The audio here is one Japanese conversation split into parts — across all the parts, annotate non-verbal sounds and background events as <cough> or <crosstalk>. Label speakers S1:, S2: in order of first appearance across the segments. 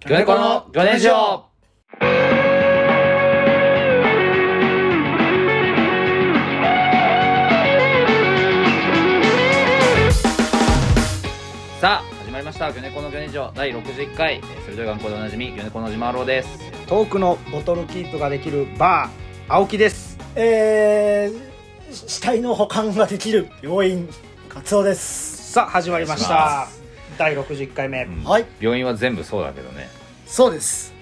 S1: 魚猫の魚年上さあ始まりました魚猫の魚年上第61回、えー、鋭い眼光でおなじみ魚猫の島郎です
S2: 遠くのボトルキープができるバー青木です
S3: えー、し死体の保管ができる病院カツオです
S2: さあ始まりまし
S1: お願
S2: た第60回目、
S1: うん
S3: はい
S1: 病院は全部そうだけどね
S3: そうです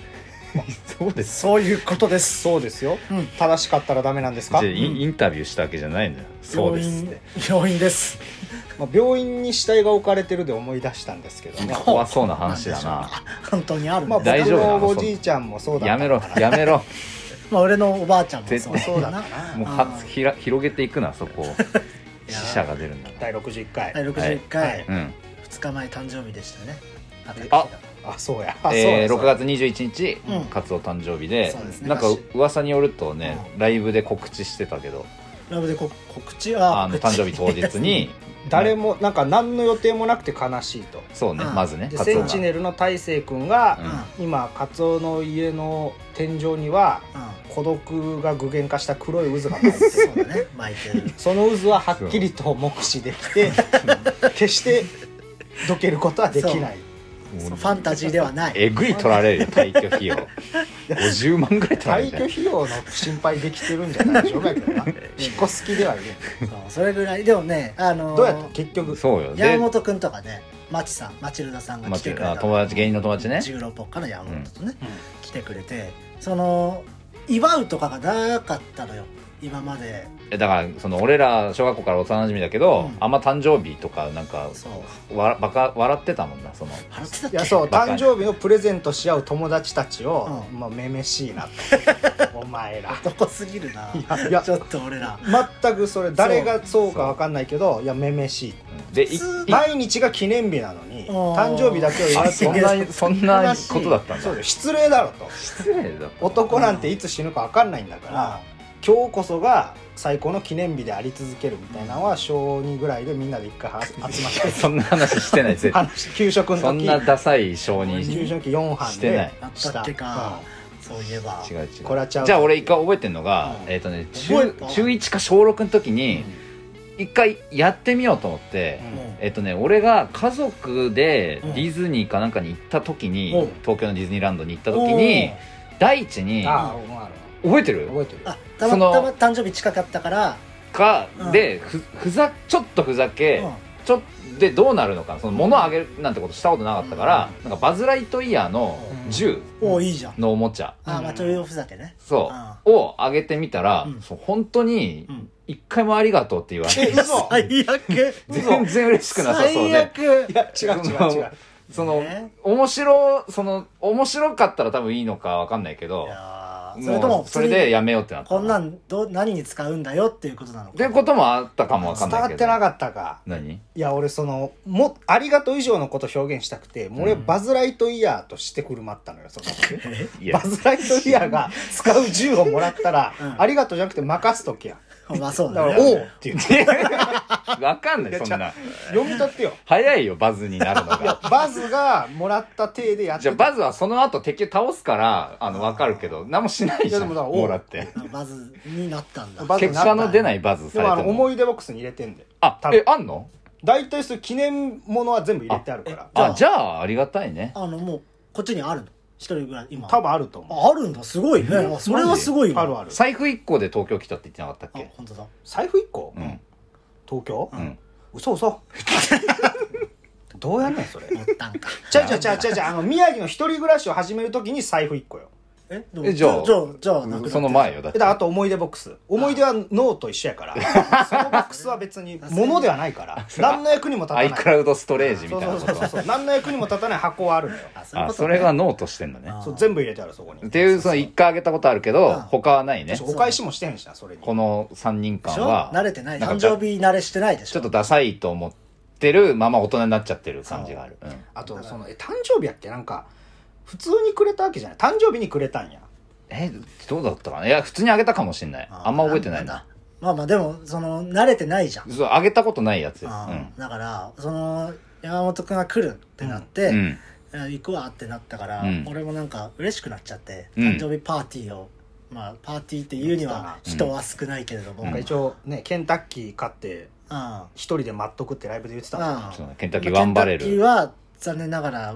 S1: そうです
S3: そういうことです
S2: そうですよ、
S3: うん
S2: 正しかったらダメなんですか、
S1: インインタビューしたわけじゃないのよそうですって
S3: 病院病院です
S2: まあ、病院に死体が置かれてるで思い出したんですけどね、
S1: 怖そうな話だな
S3: 本当にあるん
S2: まあ、
S3: だ
S2: 僕
S1: 大丈夫なの
S2: のおじいちゃんもそうだった
S1: やめろやめろ
S3: まあ俺のおばあちゃんも
S1: 絶
S3: そ
S1: 対
S3: うそうだな
S1: もうはひら広げていくなそ
S2: <laughs>
S1: こを死者が出るんだな
S2: 第61回、
S3: 第61
S2: は
S3: 回
S2: い
S1: うん
S3: 2日前誕生日でしたね私
S1: あ
S2: あそうやあそうや
S1: えー、
S2: そう
S1: 6
S2: や
S1: 月21日、
S3: うん
S1: カツオ誕生日で
S3: そうですね
S1: なんか噂によるとね、
S3: う
S1: ライブで告知してたけど
S3: ラブでこ告知
S1: あ
S3: は
S1: の誕生日当日
S3: <laughs>
S1: に
S2: 誰もなんか何の予定もなくて悲しいと
S1: そうね、
S3: うん
S1: まずね
S2: で
S1: カツ
S2: セ
S1: オ
S2: ン
S1: が
S2: チネルの大成君
S1: うん
S2: が、今カツオの家の天井には
S3: うんうん
S2: 孤独が具現化した黒い渦が巻いてる
S3: そうだね巻いてる
S2: その渦ははっきりと目視できて決してどけることはできない
S1: もう
S3: そうファンタジーではない
S1: えぐい取られるよ退去費用
S3: <laughs>
S1: 50万ぐらい取られるじ
S2: 退去
S1: ゃん
S2: 費用の心配できてるんじゃないでしょうかけどな引っ越す気ではいる
S3: そうそれぐらいでもねあのー
S2: どうやった結局
S1: そうよ
S3: 山
S1: で
S3: 本君とかねマチさんマチルダさんが来てくれた
S1: マチルダ友達芸人の友達ね
S3: 十六ポッカの山本とね、
S2: うん
S3: 来てくれてその祝うとかがなかったのよ今まで
S1: えだからその俺ら小学校から幼馴染だけど、
S3: うん
S1: あんま誕生日とかなんか
S3: そう
S1: わバカ笑ってたもんなその
S3: 払ってたっ
S2: い
S3: け
S2: やそう
S1: バカ
S2: 誕生日をプレゼントし合う友達たちを、
S3: うん
S2: もうめめしいなとお前ら
S3: 男すぎるない
S2: やいや
S3: ちょっと俺ら
S2: 全くそれ誰がそうかわかんないけどいやめめしい
S1: でいい
S3: 普通
S2: 毎日が記念日なのに
S3: あー
S2: 誕生日だけを言わ
S1: あ
S2: れて
S1: そ
S2: も
S1: んなそんな
S3: 悲しい
S1: ことだったんだ
S2: そうだよ失礼だろと
S1: 失礼だった
S2: 男なんていつ死ぬか分かんないんだから、今日こそが最高の記念日であり続けるみたいなのは小2ぐらいでみんなで一回は集ま <laughs> っ
S1: そんな話してない
S2: て
S1: 絶対
S2: 話して給食の
S1: そん
S2: 時
S1: なダサい承認
S2: 給
S1: 違
S2: 食の時4班
S1: してない
S2: で
S3: あったっけか、そういえば
S1: う違う
S2: これはちゃう
S1: じゃあ俺一回覚えてんのが、
S3: うん
S1: えっ、とね
S3: 覚え
S1: 中
S3: た
S1: 中1か小6の時に一回やってみようと思って、
S2: うん
S3: も
S1: えっ、とね俺が家族で
S3: うん
S1: ディズニーかなんかに行った時に、
S3: うん
S1: 東京のディズニーランドに行った
S3: う
S1: 時に大地
S2: う
S1: に
S2: んああお前ら
S1: 覚えてる
S2: 覚えてる
S3: あた
S1: そ
S3: ま
S1: の
S3: たま誕生日近かったから、
S1: か、
S3: うん
S1: でふふざちょっとふざけ、
S3: うん
S1: ちょっでどうなるのかその物をあげるなんてことしたことなかったから、なんかバズ・ライトイヤーの
S2: うん
S1: 銃
S3: おおいいじゃん、
S1: のおもちゃ、
S3: あまあというおふざけね
S1: そう、
S3: あ
S1: をあげてみたら、
S3: うん
S1: そう本当に
S3: うん
S1: 一回もありがとうって言われて、
S2: え嘘
S3: 最悪
S1: 全然嬉しくなさそう
S3: 最
S1: で
S3: 悪
S2: いや違う違う違う
S1: その、
S3: ね
S1: 面白その面白かったら多分いいのかわかんないけど
S3: いやーそれと
S1: も
S3: も
S1: うそれでやめようってなった
S3: こんなんどう何に使うんだよっていうことなのか
S1: っていうこともあったかもわか
S2: 伝
S1: んない
S2: わ
S1: け
S2: っ
S1: ど
S2: てなかったか
S1: 何
S2: いや俺そのもありがとう以上のこと表現したくてもう俺
S1: うん
S2: バズ・ライトイヤーとして振る舞ったのよその時
S1: いや
S2: バズ・ライトイヤーが使う銃をもらったら、
S3: うん
S2: ありがとうじゃなくて任すときや。
S3: まあそう
S2: だ
S3: だ
S2: か
S3: ね
S2: ら、おうって言って。
S1: わかんない
S2: いや
S1: そんな
S2: 読み取ってよ。
S1: 早いよバズになるのが
S2: バズがもらった体でやって
S1: じゃ
S2: た
S1: あバズはその後敵を倒すからあの分かるけど何もしないじゃ
S2: いやで
S1: ん
S2: もだから
S1: もらって
S3: バズになったんだ
S2: バズ。
S1: 結果の出ないいバズ
S2: で
S1: さ
S2: もあ
S1: れて
S2: の、
S1: も
S2: 思い出ボックスに入れてんで。
S1: あ
S2: 多分
S1: えあんの
S2: 大体そういう記念物は全部入れてあるから。
S1: あじゃあありがたいね
S3: あのもうこっちにあるの一人ぐらい今
S2: 多分あると思う。
S3: ああるんだすごいね
S1: うん
S3: あそれはすごいわ
S2: あるある。
S1: 財布1個で東京来たって言ってなかったっ
S3: あ
S1: け
S3: 本当だ
S2: 財布一個
S1: うん
S2: 東京
S1: うん
S2: 嘘嘘。どうやんねん、それ。
S3: 持ったんか <laughs>
S2: ちゃうちゃうちゃうちゃうちゃう、あの、宮城の一人暮らしを始めるときに財布一個よ。
S3: えでも
S1: えじゃあ
S3: じゃあじゃあなくなってる
S1: その前よだっ
S2: え
S1: て
S2: だからあと思い出ボックス思い出は脳と一緒やから
S1: <laughs>
S2: そのボックスは別に物ではないから何の役にも立た
S1: ア
S2: な
S1: イ
S2: い
S1: クラウドストレージみ
S2: そ
S1: た
S2: う
S1: いな
S2: そう
S1: こ
S2: そうそう
S1: と
S2: そう何の役にも立たない箱はあるのよ
S3: あそういう
S1: あ
S3: こと
S1: そ
S3: ね
S1: れがノーとしてんだね
S3: あ
S2: そう全部入れてあるそこに
S1: っていうその1回あげたことあるけど
S3: うん
S1: 他はないね
S2: お返しもしてへんしなそれに
S1: この3人
S3: で
S1: 間
S3: しょ
S1: は
S3: 慣れてない
S1: なんか
S3: 誕生日慣れしてないでし
S1: ち
S3: ょ
S1: ょっとダサいと思ってるまま大人になっちゃってる感じがあるうん
S2: あとそのえ誕生日やっけなんか普通にくれたわけじゃない誕生日にくれたんや
S1: えどうだったかないや普通にあげたかもしれない
S3: あー
S1: あんま覚えてないな
S3: だまあまあでもその慣れてないじゃん
S1: そうあげたことないやつう
S3: あー
S1: ん
S3: だからその山本君が来るってなって、
S1: うん
S3: あ行くわってなったから、
S1: うん
S3: 俺もなんか嬉しくなっちゃって、
S1: うん
S3: 誕生日パーティーをまあパーティーっていうには
S1: うん
S3: 人は少ないけれども、う
S1: う
S3: んん
S2: なんか一応ねケンタッキー買って一人で待っとくってライブで言ってたもんね
S3: あ
S1: そうだねケンタッキーワンバレ
S3: ケンタッキー
S1: ル、
S3: は残念ながら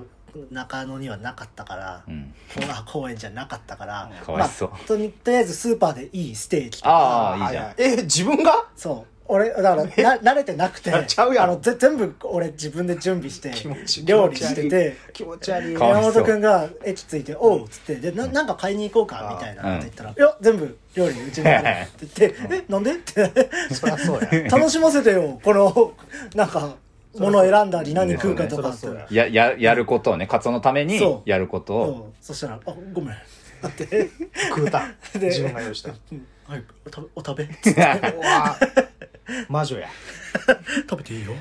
S3: 中野にはなかったから、
S1: うん、
S3: ホラー公園じゃなかったから、
S1: かわいそう、
S3: まあ、とにとりあえずスーパーでいいステーキとか
S1: ああいいじゃん、
S2: はえ自分が
S3: そう俺だか
S1: <laughs>
S3: らな慣れてなくて
S2: やっちゃうやろ
S3: あのぜ全部俺自分で準備
S1: <laughs>
S3: して
S2: 気持ち
S3: 料理してて
S2: 気持ち悪い
S1: かわ
S3: 山
S1: いそう
S3: 本君が「エッチついておう」っつってでななんか買いに行こうかみたいなこと言ったら「いや全部料理うちの中で」って言って「えなんで?」って
S2: そりゃそうや
S3: 楽しませてよこのなんか物を選んだり何食うかとかっ
S2: そ
S3: て
S2: りゃそうや
S1: やややることをねカツオのために
S3: そう
S1: やることを
S3: うんそしたら「あごめん
S2: 食うた
S3: <laughs> で
S2: 自分が
S3: <laughs>
S2: 用意したう
S3: はいお食べお食べ」つって
S2: わ魔女や
S3: 食べていいよ」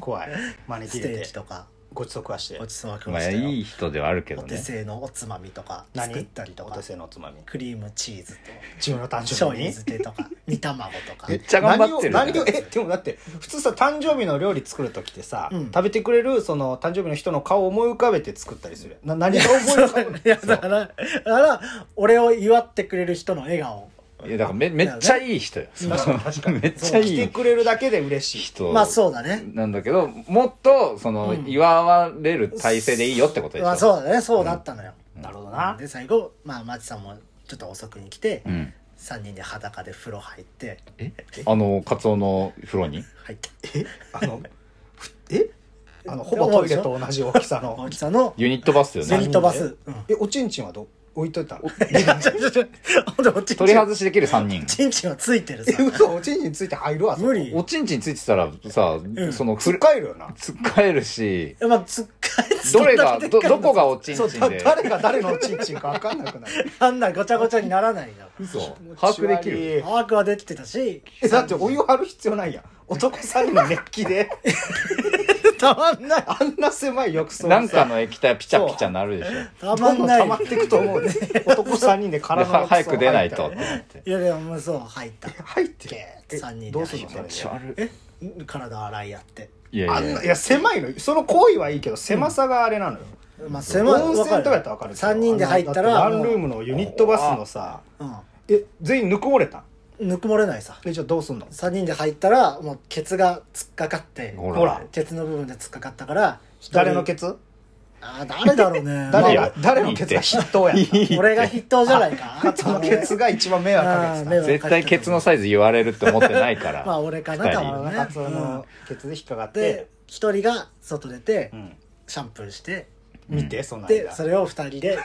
S2: 怖い招き
S3: ス
S2: 入
S3: テ
S2: れ
S3: ー
S2: て
S3: キとか
S2: ごちそう食わして
S3: ごちそうは食
S1: ま
S3: わ
S1: あ
S3: せて
S1: いい人ではあるけ
S3: お
S1: ど
S3: 手
S1: ね
S3: 製のおつまみとか
S2: 何
S3: 作ったりと
S2: お
S3: か
S2: 手製のおつまみ
S3: クリームチーズと
S2: 自分の誕
S3: 醤油
S2: 生日に
S3: 漬けとか煮卵とか
S1: めっちゃ頑張ってるじゃん
S2: 何を何をえでもだって普通さ誕生日の料理作る時ってさ、
S3: うん
S2: 食べてくれるその誕生日の人の顔を思い浮かべて作ったりするやんな何が思い浮かぶの
S3: <laughs> いやだからだから俺を祝ってくれる人の笑顔
S1: いやだからめめっちゃいい人よ
S2: 確か
S1: <laughs>
S2: に
S1: めっちゃい
S2: 来て
S1: い
S2: くれるだけで嬉しい
S1: 人
S3: まあそうだね
S1: なんだけどもっとその、
S3: うん
S1: 祝われる体制でいいよってことでしょ、
S3: まあそうだねそうだったのよ、
S2: なるほどな
S3: で最後まあマチさんもちょっと遅くに来て、
S1: うん
S3: 三3人で裸で風呂入って
S1: えあのカツオの風呂に
S3: 入って
S2: あのふえあのほぼトイレと同じ大きさの
S3: 大きさの
S1: ユニットバスよ
S3: ユ
S1: ね
S3: ニットバス、うん、
S2: えおちんちんはど置いとい <laughs> たの
S1: 取
S3: 取
S1: り外しできる3人
S3: チンチンはついてるさ
S2: え嘘おちんちんついて入るわそこ
S3: 無理
S1: おちんちんついてたらさ、
S3: ん
S1: その
S2: つ
S1: ふ
S2: っ
S1: る
S2: かえるよな
S1: つっかえるし
S3: まあつっかえ
S1: どれがどどこがおちん
S2: そう
S1: ちん
S2: だ
S1: で
S2: 誰が誰のおちんちんか分かんなくなる
S3: あんなごちゃごちゃにならないよ
S1: 嘘
S2: 気持ち
S1: 把
S2: 悪い
S1: 握でき
S3: <laughs>
S1: る
S3: 把握はできてたし
S2: えだってお湯張る必要ないやん男3人の熱気で
S3: <laughs> たまんない
S2: あんな狭い浴槽に
S1: なんかの液体ピチャピチャなるでしょ
S3: たま
S2: どんど
S3: ん
S2: ん
S3: ない
S2: 溜まっていくと思うね男3人で
S1: で
S2: 体の
S1: は
S2: 奥さ
S1: 早
S2: ん入
S1: く
S2: ったら
S1: 出ないとってなって
S3: いやでももうそう入った
S2: 入って
S3: け
S2: え
S3: 3人で
S2: どうするの
S3: 入っ
S2: そ
S1: ちょある
S3: え体洗いやって
S1: いや
S2: あ
S1: い
S2: ん
S1: や
S2: ないい
S1: や
S2: や狭いのよその行為はいいけど狭さがあれなのよ、
S3: まあ狭い
S2: 温泉とかやったらわかるけど
S3: 3人で入ったら
S2: あのだってワンルームのユニットバスのさ
S3: も
S2: え全員ぬくもれたん
S3: ううんぬくもれないさ
S2: えじゃあどうすんの
S3: 3人で入ったらもうケツが突っかかって
S1: ほら
S2: ほら
S3: ケツの部分で突っかかったから
S2: 誰の
S3: ツ
S2: ケツ
S3: あー誰だろうね
S2: <laughs> 誰
S1: い
S2: が
S1: や
S2: 誰のケツが筆頭やん
S1: いいって
S3: 俺が筆頭じゃないか
S2: <laughs> カツのケツが一番迷惑かけて
S3: あー迷
S2: た
S3: 惑
S1: 絶対ケツのサイズ言われるって思ってないから
S3: <laughs> <laughs> まあ俺かな
S1: 二人
S3: 多
S2: あ
S3: 分
S2: の
S3: ね
S2: カツオ
S3: うん
S2: のケツで引っかかっ
S3: で
S2: て、
S3: 一人が外出て
S2: うん
S3: シャンプーして
S2: 見てその
S3: で
S2: 間
S3: それを二人
S2: <laughs>
S3: で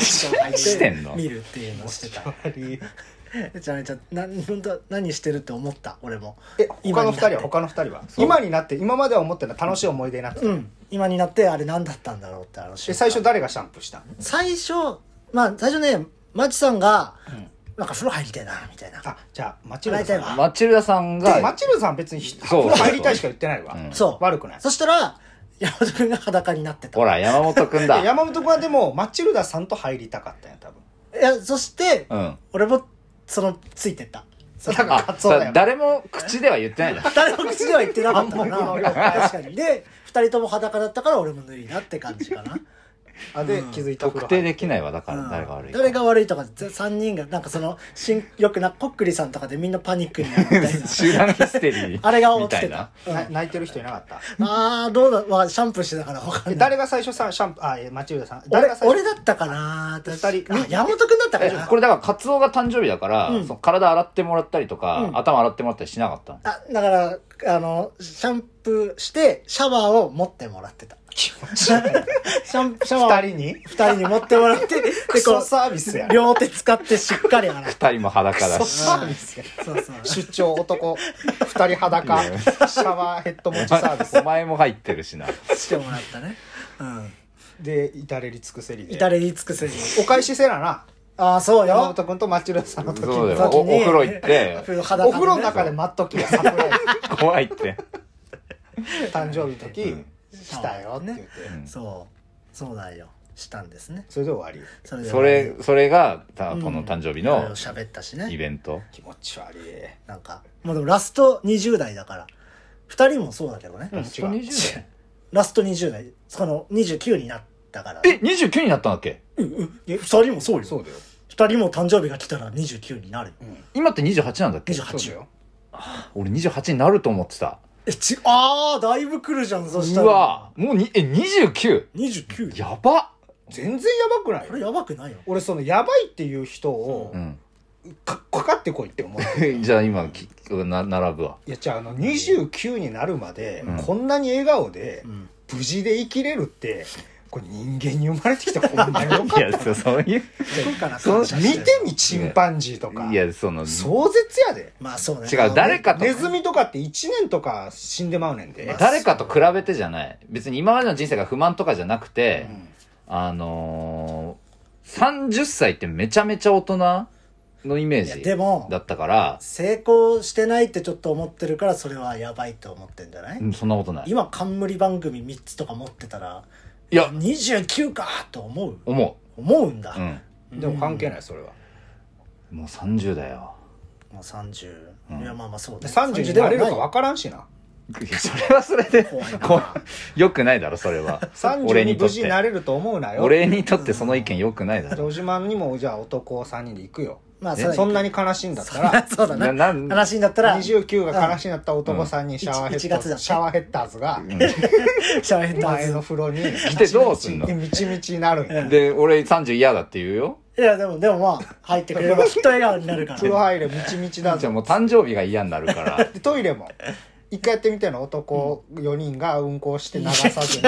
S1: してんの
S3: 見るっていうのをしてた
S2: え
S3: めちゃめちゃな本当何してるって思った俺も
S2: 他の二人
S3: 今になっ
S2: は
S3: て
S2: 他の二人は
S1: そう
S2: 今になって今までは思ってた楽しい思い出になってた
S3: うん今になってあれ何だったんだろうって話
S2: え最初誰がシャンプーしたん
S3: 最初まあ最初ねマチさんが
S2: ん
S3: なんか風呂入りたいなみたいな
S2: あじゃあマチル
S3: 洗
S2: ダ
S3: いたい
S2: さ
S3: わ
S2: ん
S1: マチルダさん
S2: でマ
S1: が
S2: チルダさん別にひ
S1: そう
S2: 風呂入りたいしか言ってないわ
S1: うん
S3: そう
S2: 悪くない
S3: そしたら山本君が裸になってた
S1: ほら山本くん
S2: で
S1: だ
S2: 山本君はでもマチルダさんと入りたかったんや多分
S3: いやそして
S1: うん
S3: 俺もそのついてった
S2: そうだから
S1: あ
S2: カツオだよ
S1: 誰も口では言ってないんだ
S3: 誰も口では言ってなかったか
S1: <laughs>
S3: な
S2: 暗黙の了
S3: 確かにで2人とも裸だったから俺も脱いだって感じか
S1: <laughs>
S3: な
S2: あで気づいた
S1: 特定で
S2: き
S1: きないわだから
S3: うん
S1: 誰が悪いか
S3: 誰が悪いとか3人がなんかそのしんよくなこっくりさんとかでみんなパニックになるみたいな
S1: <laughs> 集団ヒステリー
S3: <laughs> あれが起き
S1: みた
S3: て
S1: い
S3: た
S1: な
S2: 泣いてる人いなかった
S3: <laughs> ああどうだ、まあ、シャンプーしてたから分か
S2: え
S3: んない
S2: 誰が最初さシャンプーあえマチルダさん誰
S3: 俺
S2: が最初
S3: 俺だったかな
S2: 二人
S3: 確かあ山本君だったか
S1: え
S3: な
S1: これだからカツオが誕生日だから、
S3: うん
S1: その体洗ってもらったりとか、
S3: うん
S1: 頭洗ってもらったりしなか
S3: <laughs>
S1: ったの
S3: あだからあのシャンプーしてシャワーを持ってもらってたシャンプー <laughs> シャワーを
S2: <laughs> 二人に
S3: 2人に持ってもら
S2: <laughs>
S3: ってで
S2: ク
S3: こ
S2: ソサービスや
S3: う両手使ってしっかり洗って
S1: 二人も裸だ
S2: クソ
S1: し <laughs>
S2: サービスや
S3: そうそう
S2: <laughs> 出張男二人裸
S1: い
S2: シ
S1: や
S2: ャワーヘッド持ちサービス
S1: お前も入ってるしな
S3: してもらったね。うん。
S2: で至れり尽くせりで
S3: 至れり尽くせり。
S2: お返しせなな
S3: ああ、そう
S2: 山
S3: よ。
S2: 本君とマチルダさんの時
S1: そうだよ
S3: 時に
S1: おお風呂行って
S3: 風呂裸
S2: お
S3: で
S2: 風呂の中で待っときやサプライ
S1: 怖いって
S2: ズ誕生日の時
S1: うん
S2: 来たよって言って
S1: うん
S3: そう。そうだよ。したんですね。
S2: それで終わり
S3: それで
S1: それそれがた
S3: うん
S1: この誕生日
S3: いろいろ
S1: の
S3: 喋ったし
S1: イ
S3: ね。
S1: ベント、
S2: 気持ち悪い
S3: なんか。もうでもラスト20代だから。2人もそうだけどね。
S2: うん違う
S1: 20代
S3: ラスト20代。その29になっったから。
S1: え、29になったんだっけ
S3: うんうん。え、二人もそうよ。
S2: うだよ
S3: 二人も誕生日が来たら29になる。
S1: 今って28なんだっけ
S3: 28
S2: そうだよ
S1: 俺28になると思ってた。
S3: え、ち、あー、だいぶ来るじゃん、そした
S1: う
S3: ら。
S1: わもうに、え、29?
S3: 29。
S1: やば
S2: 全然やばくない
S3: これやばくないよ。
S2: 俺そのやばいっていう人を
S1: うん。
S2: かかかってこいって思う
S1: じゃあ今、きな並ぶわ。
S2: いやじゃああの29になるまで、
S1: うん
S2: こんなに笑顔で、
S3: うん。
S2: 無事で生きれるってこれ人間に生まれてきたこんなによ
S1: <laughs>
S2: か
S1: い
S2: っ
S1: や、そそういう、
S3: そうかな、
S2: た
S3: 感謝
S2: 見
S3: して
S2: てみチンパンジーとか
S1: いや、その、
S2: 壮絶やで
S3: まあそうね。
S1: 違う誰かと
S2: ネズミとかって1年とか死んでまうねんで
S1: 誰かと比べてじゃない。別に今までの人生が不満とかじゃなくて、あのー、30歳ってめちゃめちゃ大人のイメー
S3: いや、
S1: ジ
S3: でも、
S1: だったから、
S3: 成功してないってちょっと思ってるから、それはやばいと思ってんじゃない
S1: うんそんなことない。
S3: 今、冠番組3つとか持ってたら、
S1: いや、
S3: 29かと思う
S1: 思
S3: 思うんだ
S1: う。う。ん。
S2: でも関係ないそれは
S1: もう30だよ。
S3: もう30。
S1: うん
S3: いや、まあまあそうね。
S2: 30になれるか
S3: 30
S2: 分からんしない
S1: や、それはそれで、
S3: 怖いな
S1: こうよくないだろ、それは。
S2: 30
S1: 俺
S2: に
S1: にと
S2: 無
S1: っ
S2: 事にな
S1: て。
S2: れると思うなよ
S1: 俺にとってその意見よくないだろ。
S2: 城島にもじゃあ男3人で行くよ
S3: まあ
S1: え
S3: れ
S2: そんなに悲しいんだった
S3: そりゃ
S1: <laughs>
S2: ら
S3: そうだな。
S1: ななん
S3: 話になったら、
S2: 29が悲しいんだったら男3人シャワーヘ
S3: 一
S2: ッ
S3: 一月だ
S2: ド
S3: ね
S2: シャワーヘッダーズが
S3: シャワーヘッダ
S2: 前
S3: ー
S2: の風呂に来
S1: てどうすんの
S2: みちみちになるんや
S1: で、俺30嫌だって言うよ。
S3: ズ。いや、でも、でもまあ、入ってくれれ
S1: <laughs>
S3: ばきっと笑顔になるか
S2: 風呂
S3: ら。
S2: 入れみちみちだ
S1: じゃあ
S2: ぞ
S1: もう誕生日が嫌になるから。
S2: でトイレも一回やってみたいな男4人が運行して流さずに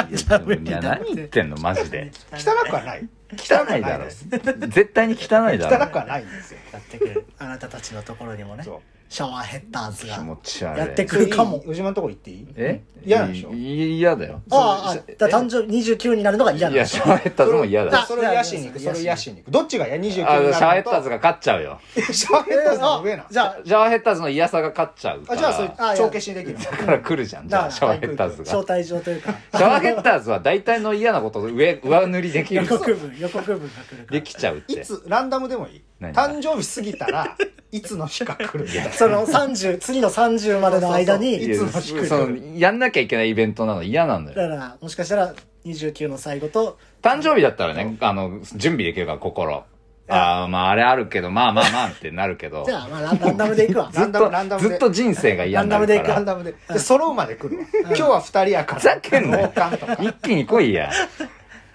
S1: いや、何言ってんの、マジで。
S2: 汚くはない
S1: 汚いだろ。 <laughs> 絶対に汚いだろ。
S2: 汚くはないんですよ
S3: やってくる。あなたたちのところにもね
S2: そう、
S3: シャワーヘッダーズ
S1: 気持
S3: が。
S1: ち悪い。
S3: やってくるかも。
S2: 宇島のとこ行っていい
S1: え
S2: 嫌でしょ
S1: い嫌だよ。
S3: ああ、あ
S1: そ
S3: だから誕生日29になるのが嫌
S1: い
S3: な
S1: や、
S3: ん
S1: シャワーヘッダーズも嫌だよ。
S3: あ
S1: あ、
S2: それを癒しに行くそれを癒しに行くどっちが嫌29に
S1: シ
S2: なるのと
S1: ャワーヘッダーズが勝っちゃうよ。
S2: シャワーヘッダーズの上な
S3: じゃあ、
S1: シャワーヘッダーズの嫌さが勝っちゃうか
S2: あ
S1: ら。
S2: じゃあそれ
S3: あいや
S2: 帳消しできる
S1: だから来るじゃん、じゃあ、シャワーヘッダーズが。シ
S3: 招待状というか、
S1: ャワーヘッダーズは大体の嫌なことを
S2: <laughs>
S1: 上、上塗りでき
S3: <laughs> 予
S1: る。
S3: 告文、予告文が来るか
S1: で
S3: ら。
S1: きちゃうっ
S2: い
S1: て。
S2: つランダムでもいい
S1: 何
S2: 誕生日過ぎたらいつの日か来るみたいな
S3: その30、次の30までの間
S2: そうそう
S3: に、
S2: いつも
S1: や
S2: 低い
S1: その、やんなきゃいけないイベントなの嫌なの
S3: だ
S1: よ。
S3: から、もしかしたら29の最後と、
S1: 誕生日だったらね、あの、準備できるから、心。ああ、まあ、あれあるけど、まあまあまあってなるけど。
S3: じゃあ、まあ、ランランダムでいくわ。。
S1: ずっ
S2: ランダ
S1: と、
S2: ムで
S1: ずっと人生が嫌になるか
S2: ラン
S1: ら。
S2: ダムでで揃うまで来るわ今日は2人やから
S1: ふざけんなよ
S2: 脳幹とか
S1: 一気に来いや。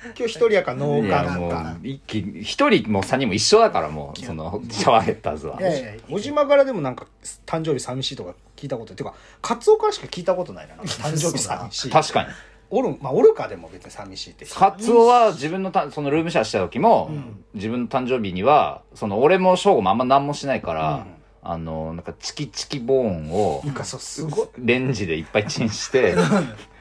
S2: 今日1人やから脳
S1: い
S2: 幹
S1: や、
S2: と
S1: も
S2: か
S1: う、一気に、一人も三人も一緒だから、もう、その、シャワーヘッダーズはい
S3: やいやいや
S2: 小島からでもなんか誕生日寂しいとか聞いたことっていうかカツオからしか聞いたことないななんか誕生日寂しい
S1: 確かに。
S2: おるまあおるかでも別に寂しいって
S1: カツオは自分のた、そのルームシェアした時も、自分の誕生日には、その、俺も翔吾もあんま何もしないから、あの、なんか、チキチキボーンを、
S2: なんかそうすごい
S1: レンジでいっぱいチンして、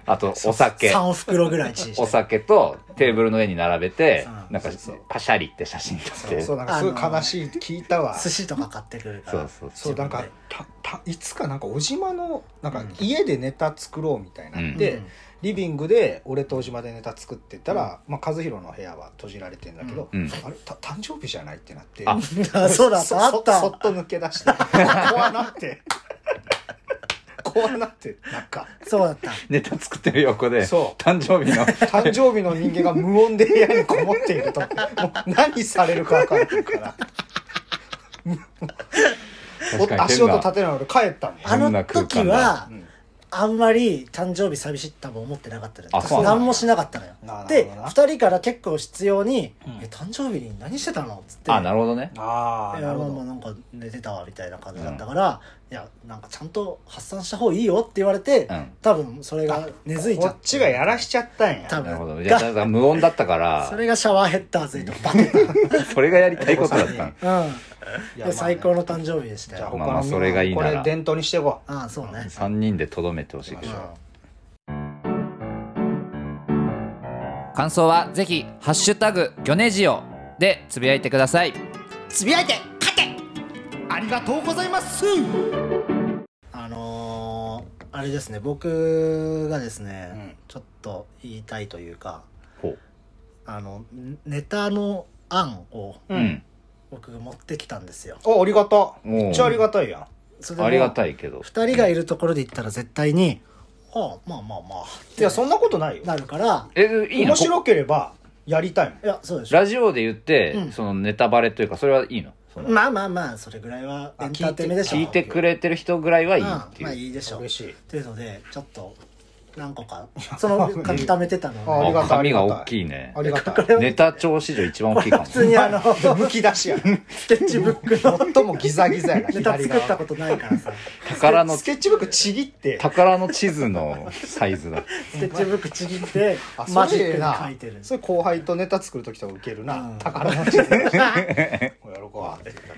S1: あと、お酒。
S3: 3袋ぐらいチンして。
S1: お酒とテーブルの上に並べて
S3: う、ん
S1: なんか
S2: そうそう
S1: パシャリって写真撮って。
S2: そ
S1: そうう
S2: なんかすごい悲しいって聞いたわ
S3: 寿司とか買ってくるから。
S1: そう
S2: そうなんか
S3: 自
S2: たたいつかなんか小島のなんか家でネタ作ろうみたいな、
S1: うん
S2: で
S3: うん
S2: リビングで俺と小島でネタ作ってたら、まあ、和弘の部屋は閉じられてんだけど、
S1: うんうん
S2: あれた誕生日じゃないってなって
S1: あ
S3: あ <laughs> そうだった、あ
S2: そ <laughs>
S3: った。
S2: そそっと抜け出して <laughs> 怖なって <laughs> 怖なってなんか
S3: そうだった。
S1: ネタ作ってる横で、
S2: そう
S1: 誕生日の、
S2: 誕生日の人間が無音で部屋にこもっているともう何されるか分からないから
S1: 確かに
S2: 足
S1: 変
S2: 音
S1: な
S2: 立てないので帰ったもん
S3: あ
S1: 変
S3: の
S1: な空
S3: 時
S1: 間だ
S3: は、あんまり誕生日寂しいって多分思ってなかったのよ
S1: あそうなんだ
S3: 何もしなかったのよ
S2: なるほどな
S3: で2人から結構必要に「
S2: うん
S3: え誕生日に何してたの?」っつって
S1: あ、なるほどね。
S2: ああ
S3: いや
S2: なるほ
S3: まあ
S2: ど
S3: まあなんか寝てたわみたいな感じだったから、いやなんかちゃんと発散した方がいいよって言われて、
S1: うん
S3: 多分それが根付いち
S2: こ
S3: ゃっ
S2: ってちがやらしちゃったんや
S3: 多
S1: なるほど。
S3: 分
S1: いや、だから無音だったから
S3: そ、れがシャワーヘッダーズにとバッて
S1: それがやりたいことだったの。
S3: うん
S2: い
S3: いや最高の誕生日でした
S2: じゃあ
S3: よ
S1: ま
S2: 他
S1: あま
S2: の
S1: あそれがいいなら
S2: これ伝統にしていこう
S3: ああそうね
S1: 3人でとどめてほしいけど。
S4: 感想はぜひハッシュタグギョネジオでつぶやいてください
S3: つぶやいて勝て
S2: ありがとうございます
S3: あのー、あれですね僕がですね、
S2: うん
S3: ちょっと言いたいというか
S1: ほう。
S3: あのネタの案を
S2: う
S1: うんん。
S3: 僕が持ってきたんですよ
S2: おありがとう
S1: おう
S2: めっちゃありがたいやん
S3: そ
S1: ありが
S3: い
S1: たいけど。
S3: 2人がいるところで言ったら絶対に「ああまあまあまあ」っ
S2: い
S3: て
S2: やそんなことないよ
S3: なるから
S1: え、いいの
S2: 面白ければやりたいもん
S3: いやそうでしょ
S1: ラジオで言って、
S3: うん
S1: そのネタバレというかそれはいいのその
S3: まあまあまあそれぐらいはエンターテインメントでしょ
S1: 聞いてくれてる人ぐらいは
S3: う
S1: い
S3: ん
S1: い
S3: ま
S1: っていう、
S3: あいいでしょう
S2: 嬉しい
S3: っていうのでちょっと何個かその書き溜めてたの
S2: あ
S3: を
S2: りがたい
S1: 紙が大きいね
S2: ありがたい
S3: <laughs> これ
S1: ネタ帳史上一番大き
S3: <laughs>
S1: いかも
S3: 普通にあ
S1: <laughs>
S3: の
S2: むき出しや
S3: スケッチブックの
S2: 最もギザギザやな
S3: ネタ
S2: 左
S3: 作った
S2: 側
S3: ことないからさ
S1: 宝の
S2: スケッチブックちぎって
S1: 宝の地図のサイズだ
S3: スケッチブックちぎって
S2: あそ
S3: マジ
S2: れえ
S3: ッ
S2: え
S3: ク
S2: な
S3: に書いてる
S2: それ後輩とネタ作る時とかウケる
S3: う
S2: なん宝持ちでやろうかって言った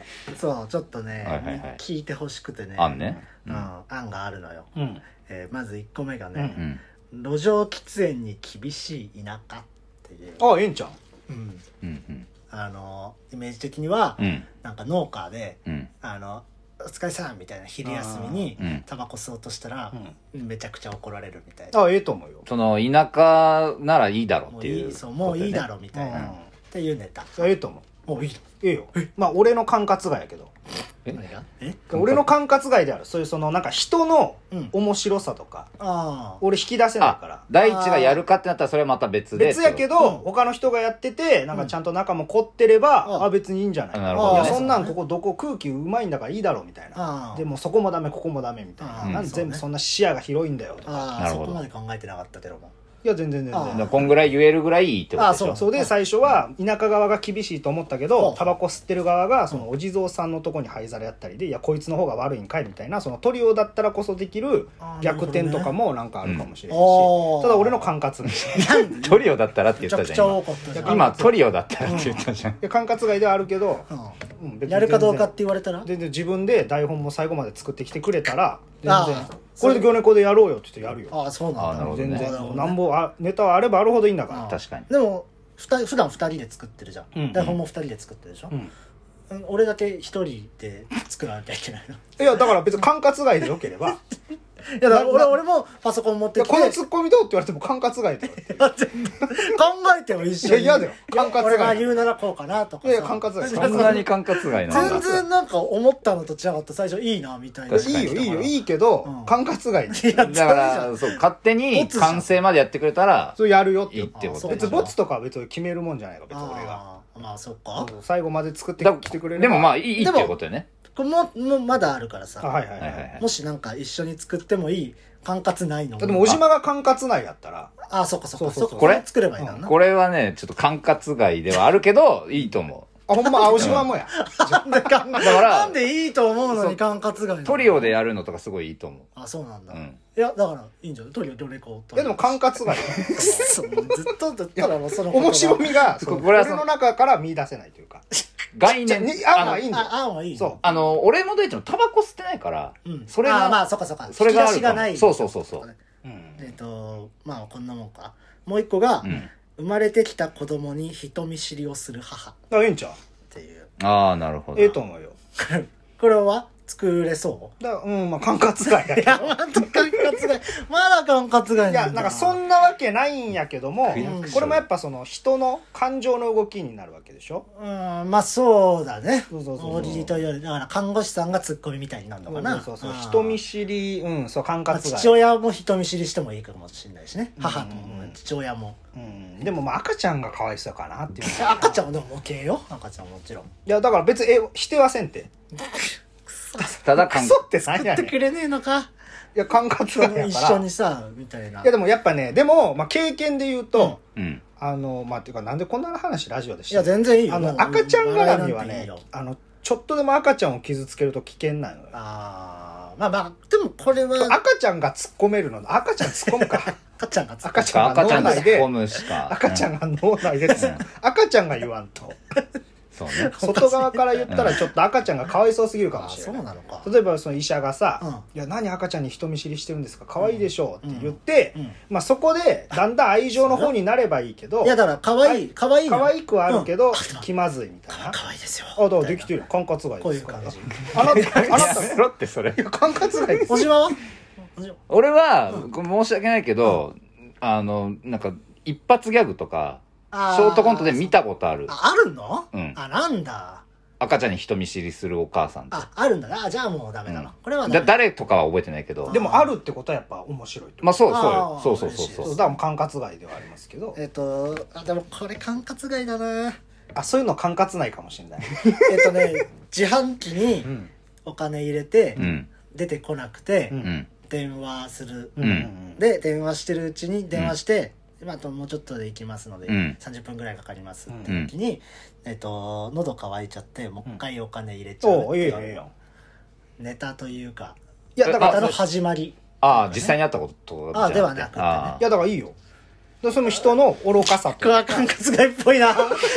S3: <laughs>
S2: ら
S3: そうちょっとね、
S1: はいはいはい
S3: 聞いてほしくてね
S1: 案ね、
S3: うん、案があるのよ、
S2: うん
S3: えーまず1個目がね
S1: う、ん、
S3: 路上喫煙に厳しい田舎」っていう、
S2: あええんちゃん
S3: うん
S1: うんうん
S3: あのイメージ的には、
S1: うん
S3: なんか農家で
S1: うん
S3: 「あのお疲れさん」みたいな昼休みに
S1: うん
S3: タバコ吸おうとしたら、めちゃくちゃ怒られるみたいな。
S2: あええと思うよ
S1: その田舎ならいいだろう
S3: も
S1: って
S3: う
S1: いう
S3: いいそうもういいだろうみ
S2: う
S3: たいな、っ
S2: ん
S3: ていうネタ
S2: ええと思う
S3: もういいの
S2: ええよまあ俺の管轄外やけど
S1: え
S3: 何がえ
S2: 俺の管轄外であるそういうそのなんか人の
S3: うん
S2: 面白さとか
S3: ああ
S2: 俺引き出せないから
S1: あ第一がやるかってなったらそれはまた別で
S2: 別やけ
S3: うん
S2: ど他の人がやっててなんかちゃんと仲も凝ってれば
S3: うん
S2: あ別にいいんじゃない
S1: あなる
S3: ほど
S2: い
S3: ね
S2: やそんなんここどこ空気うまいんだからいいだろうみたい
S3: あ
S2: な
S3: ー
S2: でもそこもダメここもダメみたい
S3: あ
S2: な
S1: ー
S2: なんで全
S3: そう
S2: 部
S3: ね
S2: そんな視野が広いんだよとか
S3: あ
S1: な
S3: あ
S1: る
S3: そ
S1: ほど
S3: こまで考えてなかったけども
S2: いや全然全
S3: あ
S1: だから
S2: 然
S3: ー
S1: こんぐらい言えるぐらいいいってことでしょ
S3: あそう
S2: そうで最初は田舎側が厳しいと思ったけど
S3: うん
S2: タバコ吸ってる側がそのお地蔵さんのとこに灰皿やったりでいやこいつの方が悪いんかいみたいなそのトリオだったらこそできる
S3: あー
S2: 逆転とかもなんかあるかもしれない
S3: うん
S2: し
S3: おー
S2: ただ俺の管轄外
S1: トリオだったらって
S3: めちゃ
S1: 言った
S3: く
S1: じ
S3: ちゃ
S1: ゃん
S3: 多かったじゃん
S1: 今今トリオだったらって言ったじゃん、
S2: いや管轄外ではあるけど、
S3: う
S2: うん
S3: んやるかどうかって言
S2: 全
S3: われたら
S2: 然全然自分で台本も最後まで作ってきてくれたら
S3: あ
S2: 全然
S3: ー
S2: これで魚猫でやろうよって言ってやるよ
S3: ああそう
S1: あ
S3: なんだ
S1: なるほどね
S3: な
S2: 全
S3: るほどね
S2: 然なんぼあネタはあればあるほどいいんだ
S3: あ
S2: か
S3: ー
S1: 確かに
S3: でもふた普段二人で作ってるじゃ
S2: うんうん
S3: ん台本も二人で作ってるでしょ
S2: ら、
S3: う
S2: うん
S3: ん俺だけ一人で作らなきゃいけないのい
S2: いやだから別に管轄外でよければい
S3: <laughs> やだから俺俺もパソコン持って
S2: や
S3: きて
S2: このツッコミどうって言われても管轄外で
S3: あ <laughs> 全部考えても一緒に
S2: いや嫌だよ管轄外
S3: 俺が言うならこうかなとかさ
S2: いやいや管轄
S3: <laughs>
S2: 外
S1: そんなに管轄外なん
S3: 全
S1: だ
S3: 然なんか思ったのと違かった最初いいなみたいな
S1: 確
S2: い
S1: か
S2: い
S1: に
S2: よいいよ
S3: い
S2: いいけど、
S3: うん
S2: 管轄外で
S3: や
S1: だからそう勝手に完成までやってくれたら
S2: そうやるよって
S1: いい
S2: 言
S1: っ
S2: って
S1: こ
S3: そ
S1: と
S3: う
S1: でし
S2: 別
S1: ょ
S2: にボツとかは別に決めるもんじゃないから別に俺が
S3: ああまあそっ
S2: そ
S3: か
S2: うそう最後まで作って
S1: だ
S2: きてくれれば
S1: でもまあ
S2: あ
S1: いいいい
S3: で
S1: っ
S3: も
S1: ていうことよね
S3: これももうまだあるからさ、
S2: はいはいはい,、
S1: はいはいはい
S3: もしなんか一緒に作ってもいい管轄ないの
S2: でも小島が管轄内やったら
S3: ああそっかそっか
S2: そうそうそう
S3: っか
S1: これ
S3: そ作ればいいんだな、
S1: これはねちょっと管轄外ではあるけどいいと思
S2: あほんま青島もや
S3: なん <laughs> で管
S1: ら
S3: なんでいいと思うのに管轄外
S1: うトリオでやるのとかすごいいいと思
S3: あそうなんだ、
S1: うん
S3: いやだからいいんじゃないトリオ両レコ
S2: いやでも管轄外
S3: くそもうずっとだったらもうその言葉
S2: 面白みが
S1: そ
S2: その
S1: これはそ
S2: 俺
S1: の
S2: の中から見出せないというか
S1: う概
S2: じゃあ
S1: 念
S2: ね案はいいんだよ
S3: あ案はいい
S2: そ
S1: あの俺も大ちゃんもタバコ吸ってないから、
S3: うん、
S1: それが
S3: あまあそっかそっか
S1: それがあ
S3: 引き出し
S1: るか
S3: が
S1: も
S3: ない
S1: そうそうそうそう
S2: うん
S3: えっとまあこんなもんかもう一個が、
S1: うん
S3: 生まれてきた子供に人見知りをする母っ
S2: あええんちゃう
S3: ていう
S1: ああなるほど
S2: ええと思うよ
S3: これは作れそう
S2: だうんまあ管轄外
S3: <laughs>
S2: や
S3: いやまだ管轄外まだ管轄外
S2: いやなんかそ
S3: なん
S2: なわけないんやけども
S1: 区役所
S2: これもやっぱその人の感情の動きになるわけでしょ
S3: うんまあそうだね
S2: そうそうそうそう
S3: 大喜利というよりだから看護師さんがツッコミみたいになるの
S2: そ
S3: か
S2: う
S3: な
S2: そうそう
S3: あー
S2: 人見知りうんそう管
S3: まあ
S2: 轄
S3: 父
S2: 外、
S3: 親も人見知りしてもいいかもしれないしね母も父親も
S2: うん、でもまあ赤ちゃんがかわいそうかなっていうのが
S3: <laughs> 赤ちゃんもでも模型よ赤ちゃんももちろん
S2: いやだから別にえ否定はせんて
S1: ただ
S2: ク
S1: 管
S2: ソって <laughs> 何や
S3: 作
S2: ね
S3: っ
S2: ん
S3: てく
S2: い
S3: れねえのか
S2: や管轄外や
S3: 一
S2: から
S3: 緒
S2: い
S3: にさみたいな
S2: やでもやっぱねでも、まあ、経験で言うと、
S1: うん
S2: あのまあっていうかなんでこんな話ラジオで
S3: い
S2: してん
S3: や
S2: の
S3: 全然いいよ
S2: あ
S3: もう
S2: の赤ちゃん絡み
S3: 笑い
S2: はね
S3: なんていいよ
S2: あのちょっとでも赤ちゃんを傷つけると危険なのよ
S3: ああまあまあでもこれは
S2: 赤ちゃんが突っ込めるの赤ちゃん突っ込むか
S3: 赤ちゃんが作
S2: 赤ちゃんが
S1: 赤ちゃ
S2: 脳
S1: んが
S2: 内
S1: 突っ
S2: で
S1: 込むしか
S2: 赤ちゃ
S1: うん
S2: んが脳内で突っ込む赤ちゃんが言わんと
S1: そうね
S2: 外側から言ったらちょっと赤ちゃんがかわいそうすぎるかも
S3: あ
S2: しれ
S3: そう
S2: ない
S3: なのか
S2: 例えばその医者がさ
S3: うん
S2: 「いや何赤ちゃんに人見知りしてるんですか可愛いでしょ」って言って、
S3: うんうん
S2: まあ、そこでだんだん愛情の方になればいいけど
S3: いやだから可愛い可愛いの
S2: 可愛くはあるけど、
S3: うん
S2: 気まずいみたいな
S3: か可愛いですよ
S2: あだからできてるよ管轄
S3: こ
S2: 外
S3: う
S2: で
S3: い
S2: す
S3: う
S2: から
S3: 感じ
S2: あなたあな
S1: や
S2: た
S1: めろってそれ
S2: いや管轄外です
S3: 小島は小島
S1: 俺はこれ申し訳ないけど、あのなんか一発ギャグとかシ
S3: あ
S1: ョートコントで見たことある
S3: ああるの
S1: うん
S3: あなんだ
S1: 赤ちゃんに人見知りするお母さんって
S3: ああるんだなあじゃあもうダメだな、
S1: うん
S3: これはダメ
S1: だ誰とかは覚えてないけど
S2: でもあるってことはやっぱ面白いってこと
S1: まあそう
S3: あー
S1: そうよそうそうそう
S2: そう
S1: そう
S2: だからもう管轄外ではありますけど
S3: えっ、とあでもこれ管轄外だな
S2: あそういうの管轄内かもしれない
S3: えっとね自販機に
S2: うん
S3: お金入れて、
S1: うん
S3: 出てこなくて、
S2: うん
S1: うん
S3: 電話する、
S1: ん
S3: で電話してるうちに電話して、まあ、あともうちょっとで行きますので、
S1: うん
S3: 30分ぐらいかかります
S2: う
S3: っ
S2: ん
S3: て時に、えっと喉乾いちゃってもう一回お金入れちゃう
S2: お
S3: っ
S2: お
S3: て
S2: い
S3: い
S2: いうよいいよ
S3: ネタというか
S2: いやだ
S3: ネ
S2: か
S3: タ
S2: ら
S3: の
S2: い
S3: 始まり
S1: ああ実際にあったこと
S3: あーではなくてね
S1: あー
S2: やだからいいよだからその人の愚かさ
S3: <laughs> これ
S2: と
S3: は管轄外っぽいな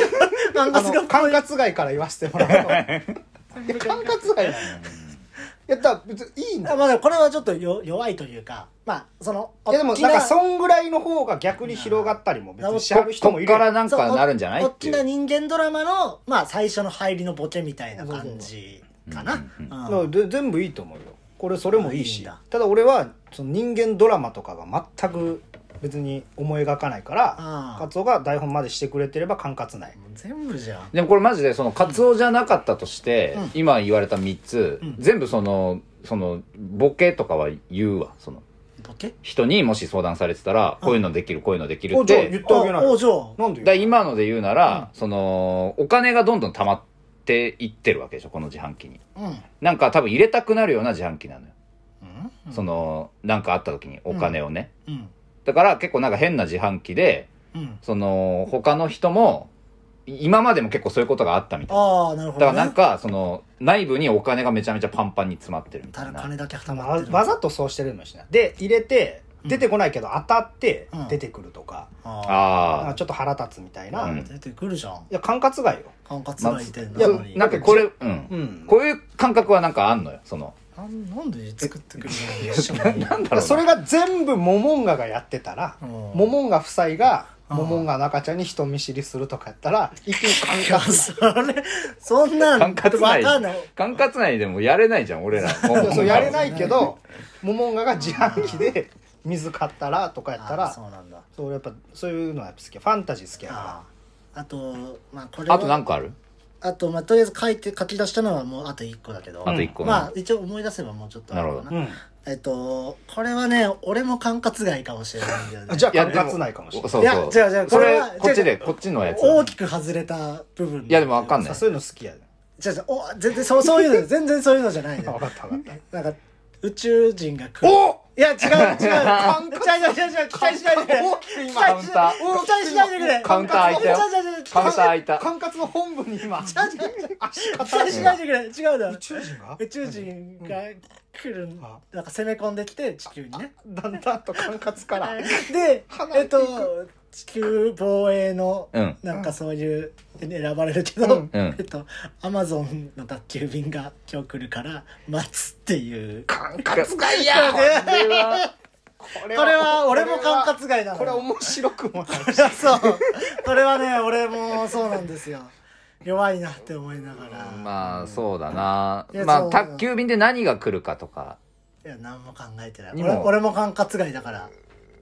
S3: 管轄外っぽい
S2: あの管轄外から言わせて
S3: <laughs>
S2: もらうといや管轄外なのよいやだから別にいいんだ
S3: あ
S2: よ
S3: まあでもこれはちょっとよ弱いというかまあその
S2: いやでも
S3: 大きな
S2: なんかそんぐらいの方が逆に広がったりも別にしはる人もいる
S1: こ
S2: よ
S1: っからなんか
S3: そう
S1: なるんじゃない
S3: お
S1: っ
S3: ってき
S1: い
S3: な
S1: う
S3: 人間ドラマのまあ最初の入りのボケみたいな感じかな
S1: そう
S2: だから
S3: うん
S2: で全部いいと思うよこれそれもいい
S3: あいいん
S2: し
S3: だ
S2: ただ俺はその人間ドラマとかが全く別に思い描かないから
S3: あー
S2: カツオが台本までしてくれてれば管轄内
S3: もう全部じゃん
S1: でもこれマジでそのカツオじゃなかったとして、
S3: うん
S1: 今言われた3つ、
S3: うん
S1: 全部そのそのボケとかは言うわその
S3: ボケ
S1: 人にもし相談されてたら、こういうのできるこういうのできるっ
S2: おじゃあ
S1: て
S2: 言ってあげな
S3: おお
S2: よ
S3: じゃあ
S2: なん
S1: だ
S2: でよ
S1: から今ので言うなら、そのお金がどんどん溜まっていってるわけでしょこの自販機に
S3: うん
S1: なんか多分入れたくなるような自販機なのよ、
S3: うん
S1: そのなんかあった時にお金をね、
S3: うん
S1: だから結構なんか変な自販機で
S3: うん
S1: その他の人も今までも結構そういうことがあったみたい
S3: ああなるほ
S1: だ
S3: ど
S1: から
S3: ね
S1: なんかその内部にお金がめちゃめちゃパンパンに詰まってるみた
S3: た
S1: い
S3: だ
S1: な
S3: 金だけはた
S2: ま
S3: ま
S2: あ
S3: ってる
S2: わざとそうしてるのもしれないで入れて
S3: うん
S2: 出てこないけど当たって
S3: うん
S2: 出てくるとか,、
S3: あ
S2: なんか
S1: あ
S2: ちょっと腹立つみたいな、
S1: うん
S2: い
S3: 出てくるじゃん
S2: や管轄外よ、
S3: 管轄外いてん
S1: あ
S2: い
S3: な
S2: や
S1: そ
S3: の
S1: う
S3: に
S1: なんかこれうん
S2: うん
S1: こういう感覚はなんかあんのよその
S3: なんなんで作ってくるの一緒に
S1: <laughs> なんだ
S2: だから
S1: ろう
S2: そ
S1: な
S2: れが全部モモンガがやってたら、
S3: うん
S2: モモンガ夫妻が
S3: うん
S2: モモンガの赤ちゃんに人見知りするとかやったら一気に
S3: いや
S2: 管轄
S3: それそんなん
S1: 管轄内
S3: わかんない
S1: 管轄内でもやれないじゃん俺ら
S2: 内そうやれないいけどモモンガが自販機で水買ったらとかやった
S3: あ
S2: ら
S3: そうなんだ
S2: そうやっぱそういうのはやっぱ好きファンタジー好きや
S3: あ
S2: か
S3: あとまあこれは
S1: あと何個ある
S3: あとまあとりあえず書いて書き出したのはもうあと1個だけど
S1: あと一個
S3: まあ一応思い出せばもうちょっとあか
S1: なるほ
S2: ら、
S3: えっとこれはね俺も管轄外かもしれないんだよ
S2: う
S3: ね
S2: ん、じゃあ
S1: いや
S2: 管轄内かもしれない
S1: そうそう
S3: いや違う違う
S1: そ
S3: これ
S1: れ
S3: は
S1: こっち
S3: 違
S1: で
S3: う
S1: こっちのやつ
S3: 大きく外れた部分
S1: いやでもわかんな
S2: さ
S1: い
S2: そういうの好きやね
S3: じゃあお全然そうそう
S1: <laughs>
S3: いうの全然そういうのじゃないの
S2: 分
S3: よ
S2: かった分かっ
S3: なんか宇宙人が来る
S1: お
S3: いや違う違う
S2: 管
S3: 違う違
S2: 轄
S3: う違う期待しない
S2: <laughs>
S3: でくれ
S2: 大きく今
S3: 期待し
S1: カウンター
S3: 期待しないでくれ
S1: カウンター開いた
S3: 違
S1: よ
S3: う違う違う
S1: カウンター開い
S2: た
S1: た
S2: 管轄の本部に <laughs> 今
S3: 違う違う違う
S2: 足固
S3: <laughs> 期待しないでくれ違うだ
S2: 宇宙人が
S3: 宇宙人が来る
S2: んあ
S3: なんか攻め込んできて地球にね
S2: だんだんと管轄から
S3: で
S2: 離
S3: えっ
S2: れていく
S3: と地球防衛の
S1: うん
S3: なんかそういう選ばれるけど、
S1: うん
S3: えっとアマゾンの宅急便が今日来るから待つっていう
S2: 管轄外
S1: いやこれは
S2: こ
S3: これは俺も管轄外なの
S2: これは面白くもない
S3: いや <laughs> そうこれはね俺もそうなんですよ弱いなって思いながら、
S1: まあそうだない
S3: や
S1: ま
S3: そ
S1: あ
S3: う
S1: 宅急便で何が来るかとか
S3: いや何も考えてない
S1: に
S3: 俺
S1: も
S3: 俺も管轄外だから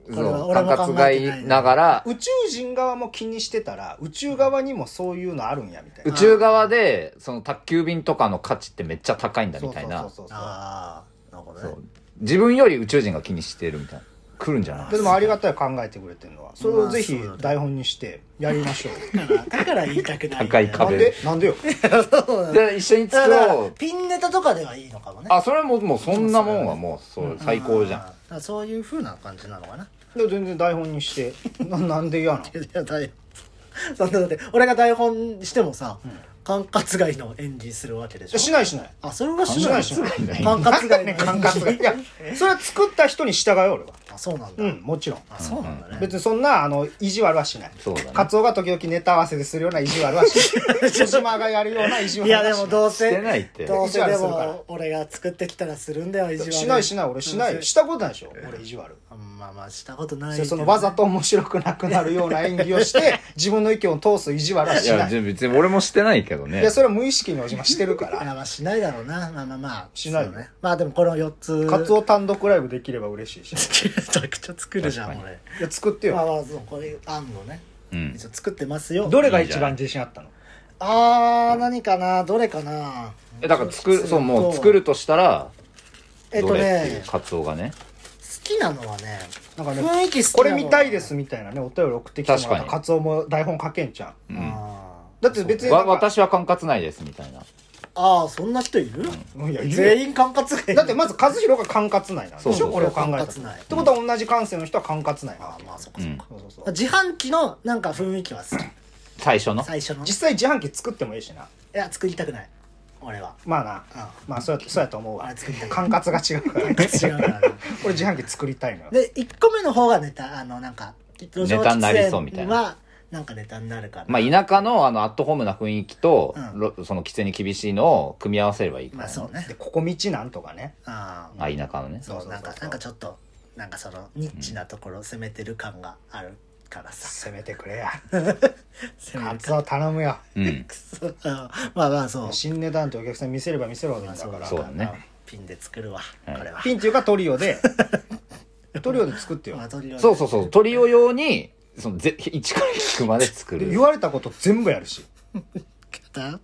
S3: こ
S1: そ
S3: れは
S1: う
S3: 俺
S1: 管
S3: も考
S1: 轄
S3: えてない
S1: 外ながら
S2: <laughs> 宇宙人側も気にしてたら宇宙側にもそういうのあるんやみたい
S1: 宇
S2: な
S1: 宙側でその宅急便とかの価値ってめっちゃ高いんだみたいな
S2: そうそうそうそ
S3: ああなるほど
S1: そ
S3: ね
S1: う自分より宇宙人が気にしてるみたいな来るんじゃな
S2: う
S1: い
S2: ででもありがたい考えてくれてるのはそれをぜひ
S3: まあそうだね
S2: 台本にしてやりま <laughs> しょう
S3: だからだから言いたくないん
S1: 高
S3: だよ
S1: い
S2: な
S1: 壁
S2: んでなんでよ
S1: で一緒に
S3: だ
S1: 作
S3: から
S1: ろう
S3: ピンネタとかではいいのかもね
S1: あそれはもうもうそんなもんはもうそう最高じゃ
S3: あー
S1: ん
S3: だからそういう風な感じなのかな <laughs>
S2: でも全然台本にしてななんで嫌 <laughs> なの
S3: いやだよそんなだって俺が台本してもさ、管轄外の演技するわけでしょ
S2: しないしない
S3: あそれはし
S2: し
S3: な
S2: ないいしない
S3: 管轄外の演技
S2: 管轄外いやそれは作った人に従うよ俺は
S3: あそうなんだ、
S2: うんもちろん
S3: あそうなんだね、
S2: 別にそんなあの意地悪はしない
S1: そうだね
S2: カツオが時々ネタ合わせでするような意地悪はし
S3: <laughs>
S2: ない小島がやるような意地悪
S3: いやで
S2: はし
S3: もどう
S1: して
S3: せ
S1: ないって
S3: どうせで
S2: 意地悪するから
S3: も俺が作ってきたらするんだよ意地悪
S2: ないしないしない俺しな
S3: うん
S2: いしたことないでしょ俺意地悪
S3: まあまあしたことないけ
S2: そ
S3: ど
S2: うそのわざと面白くなくなるような演技を
S3: <laughs>
S2: して自分の意見を通す意地悪はいし
S1: や
S2: ないい
S1: じゃあ別に俺もしてないけどね
S2: やそれは無意識に小島してるか
S3: いや
S2: ら
S3: まあしないだろうなまあまあまあ
S2: しないよ
S3: そうねまあでもこの4つ
S2: カツオ単独ライブできれば嬉しいし
S3: めちゃくちゃ作るじゃん
S1: 確か
S3: 俺
S2: いや作って
S3: まあ
S2: よ
S3: まあそうこれあんのね
S1: うん
S3: 一応作ってますよ
S2: どれが一番自信あったの
S3: あー何かなどれかな
S1: えだから作る
S3: そう
S1: そうもう作るとしたら
S3: えっ
S1: ど
S3: と
S1: れっていう
S3: ね好
S1: カツオがね
S3: きなのはね
S2: なんかね
S3: 雰囲気好きなの
S2: これ見たいですみたいなねお便り送ってきても
S1: 確
S2: ら
S1: か
S2: った
S1: に
S2: カツオも台本書けんじゃん
S1: うん
S3: あ
S2: だって別にな
S1: わ
S2: んか
S1: 私は管轄ないですみたいな
S3: ーあーそんな人いる
S2: いやいるよ
S3: 全員管轄外
S2: だってまず和弘が管轄内なん
S1: そうそう
S2: でし
S1: そう
S2: ょこれを考えたらっ
S3: 管轄
S2: て
S3: 内
S2: ことは同じ感性の人は管轄内
S3: あーまあそっか
S1: う
S3: そっ
S1: ん
S3: か
S2: そうそうそう
S3: 自販機のなんか雰囲気は好き
S1: 最初の
S3: 最初のい
S2: 実際自販機作ってもいいしな
S3: や作りたくない俺は
S2: まあなまあそうやそうやと思うわ
S3: あ作りたい
S2: 管轄が違う
S3: <laughs>
S2: からね
S3: 違うからね
S2: これ自販機作りたいのよ
S3: で1個目の方がネタあのなんか路上
S1: ネタになりそうみたい
S3: 喫
S1: な
S3: 煙はなんかネタになるから
S1: まあ田舎のあのアットホームな雰囲気と、
S3: うん
S1: ろその規制に厳しいのを組み合わせればいいから、
S3: まあそうね
S2: でここ道なんとかね
S3: ああ
S1: あ田舎のね
S3: そう
S2: そうそうそう
S3: なんかなんかちょっとなんかそのニッチなところを攻めてる感があるからさ、
S2: 攻めてくれや
S3: 攻め
S2: カ
S3: る
S2: ツオ頼むよ
S1: うん
S3: くそあー <laughs> まあまあそう
S2: 新値段とお客さん見せれば見せるほどいいんだか
S3: まあ
S2: ら
S1: そうだね
S3: ピンで作るわ、
S1: はい
S3: これは
S2: ピンっていうかトリオ
S3: <laughs>
S2: でトリオで作ってよ
S3: まあとりあえず
S1: そうそうそうトリオ用にそのぜ一から聞くまで作
S2: で
S1: る
S2: 言われたこと全部やるし
S3: だ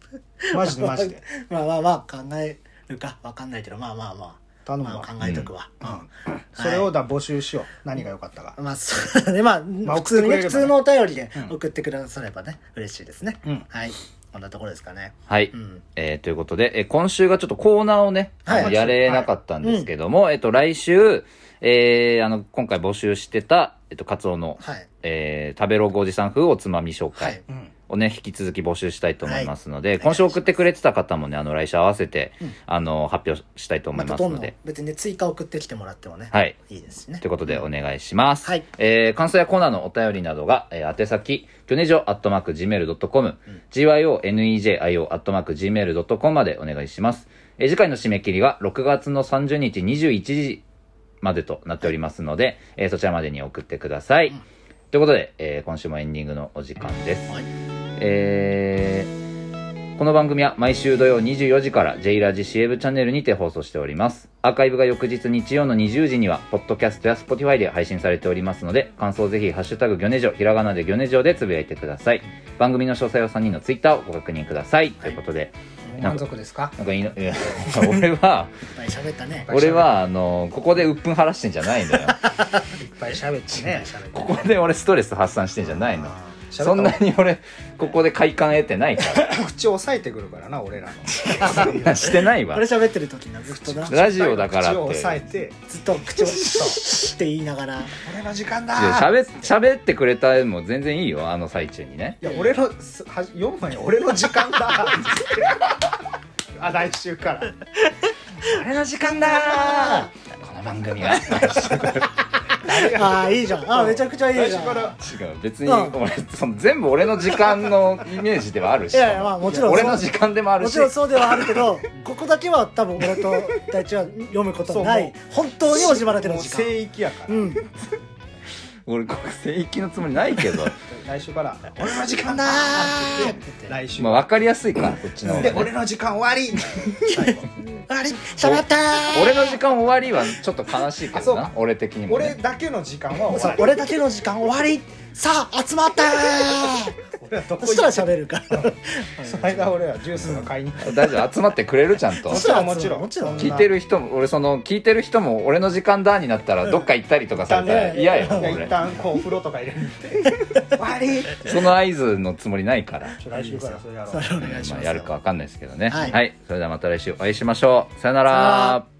S2: マジでマジで
S3: <laughs> まあまあまあ考えるかわかんないけどまあまあまあ
S2: 頼むわ
S3: まあ考えとくわ、うん
S2: それをだ募集しよう何が良かったか
S3: まあそうだねまあ、
S2: まあ
S3: 普通にね
S2: 送ってくれれば
S3: 普
S2: ね
S3: 通のお便りで
S2: うん
S3: 送ってくださればね、嬉しいですね、
S2: うん
S3: はいこんなところですかね
S1: はい、
S3: うん
S1: えーということで、えー今週がちょっとコーナーをね、
S3: はい
S1: あのやれなかったんですけども、えっ、と、来週、えーあの、今回募集してた、えっ、と、カツオの、
S3: はい
S1: えー食べログおじさん風おつまみ紹
S3: は
S1: 介
S3: い、
S2: うん
S1: をね、引き続き募集したいと思いますので、
S3: はい
S1: 今週送ってくれてた方もね、あの、来週合わせて、あの、発表したいと思
S3: ま
S1: い
S3: た
S1: ます
S3: どん
S1: の
S3: どん
S1: で、
S3: 別にね追加送ってきてもらってもね、
S1: はい、
S3: いいですしね
S1: ということでお願いします。
S3: はい
S1: えー感想やコーナーのお便りなどが、えー宛先、ギョネジョアットマーク Gmail.com、gyonejio アットマーク Gmail.com までお願いします。えー次回の締め切りは6月の30日21時までとなっておりますので、えーそちらまでに送ってください。
S3: うん
S1: ということで、えー今週もエンディングのお時間です。
S3: はい
S1: えーこの番組は毎週土曜24時から J ラジ CM チャンネルにて放送しております。アーカイブが翌日日曜の20時には、ポッドキャストや Spotify で配信されておりますので、感想をぜひ、ハッシュタグギョネジョ、ひらがなでギョネジョでつぶやいてください。番組の詳細は3人の Twitter をご確認ください。ということで、
S2: 満足ですか
S1: なんかいいの、いや <laughs> 俺
S3: い
S1: は、
S3: っぱい喋ったね
S1: 俺は、あの、ここで鬱憤晴らしてんじゃないんだよ。
S2: いっぱい喋ってね
S1: ここで俺ストレス発散してんじゃないの。
S2: 喋った
S1: そんなに俺、ここで快感得てないから。
S2: 口を押さえてくるからな俺らの
S1: そ
S2: <laughs>
S1: んなしてないわ
S3: 俺。喋ってる時なずっとなず
S1: <laughs> ラジオだからって
S2: 口を押さえて
S3: っと口をシュッって言いながら
S2: 俺の時間
S1: いや
S2: だ
S1: 喋っ喋ってくれたのも全然いいよあの最中にね
S2: いや俺のすはじ4枚俺の時間だあ来週から
S1: 俺の時間だこの番組は
S3: ああいいじゃんあーめちゃくちゃいい
S2: 来
S3: じ
S2: 週
S3: ゃん
S2: から
S1: 違う別に
S3: うん
S1: 俺その全部俺の時間のイメージではあるし
S3: いやいやまあもちろん
S1: 俺の時間でもある
S3: も
S1: し
S3: ちろんそうではあるけどここだけは多分俺と大地は読むことのな
S2: そう
S3: い
S2: も
S3: 本当におじばらけの
S2: もう
S3: 時間
S2: 聖域やから、
S3: うん
S1: 俺これ聖域のつもりないけど
S2: 来週から俺の時間だ
S3: な
S2: ー
S3: ー
S2: って言って来週、
S1: まあ分かりやすいからこっちの方
S2: で
S1: が、
S2: 俺
S1: ね、
S2: の時間終わり最後
S3: あれ喋ったー
S1: 俺の時間終わりはちょっと悲しいけ
S2: あそ
S1: ど
S2: う
S1: な
S2: か
S1: 俺的にも、
S2: 俺
S1: ね、
S2: だけの時間は終
S3: そう
S2: わり
S3: 俺だけの時間終わりさあ集ま
S2: <laughs>
S3: ったー
S2: 俺はどこ
S3: そしたら
S2: 行っ
S3: 喋るから
S2: その間俺はジュースが買いに行った
S1: 大丈夫集まってくれるちゃんと
S2: もちろんもちろん
S3: もちろん
S1: 聞いてる人も俺その聞いてる人も俺の時間だになったらどっか行ったりとかされたら
S2: うん
S1: 嫌やもん
S2: いや一
S1: 俺
S2: 旦こうお風呂とか入れに行って終わりって
S1: その合図のつもりないから
S2: ちょ来週からそれやろう
S3: それお願いします
S1: まあ、やるかわかんないですけどね。は、
S3: はいい
S1: それではまた来週お会いしましょう。さよ
S3: さよな
S1: なら
S3: ら。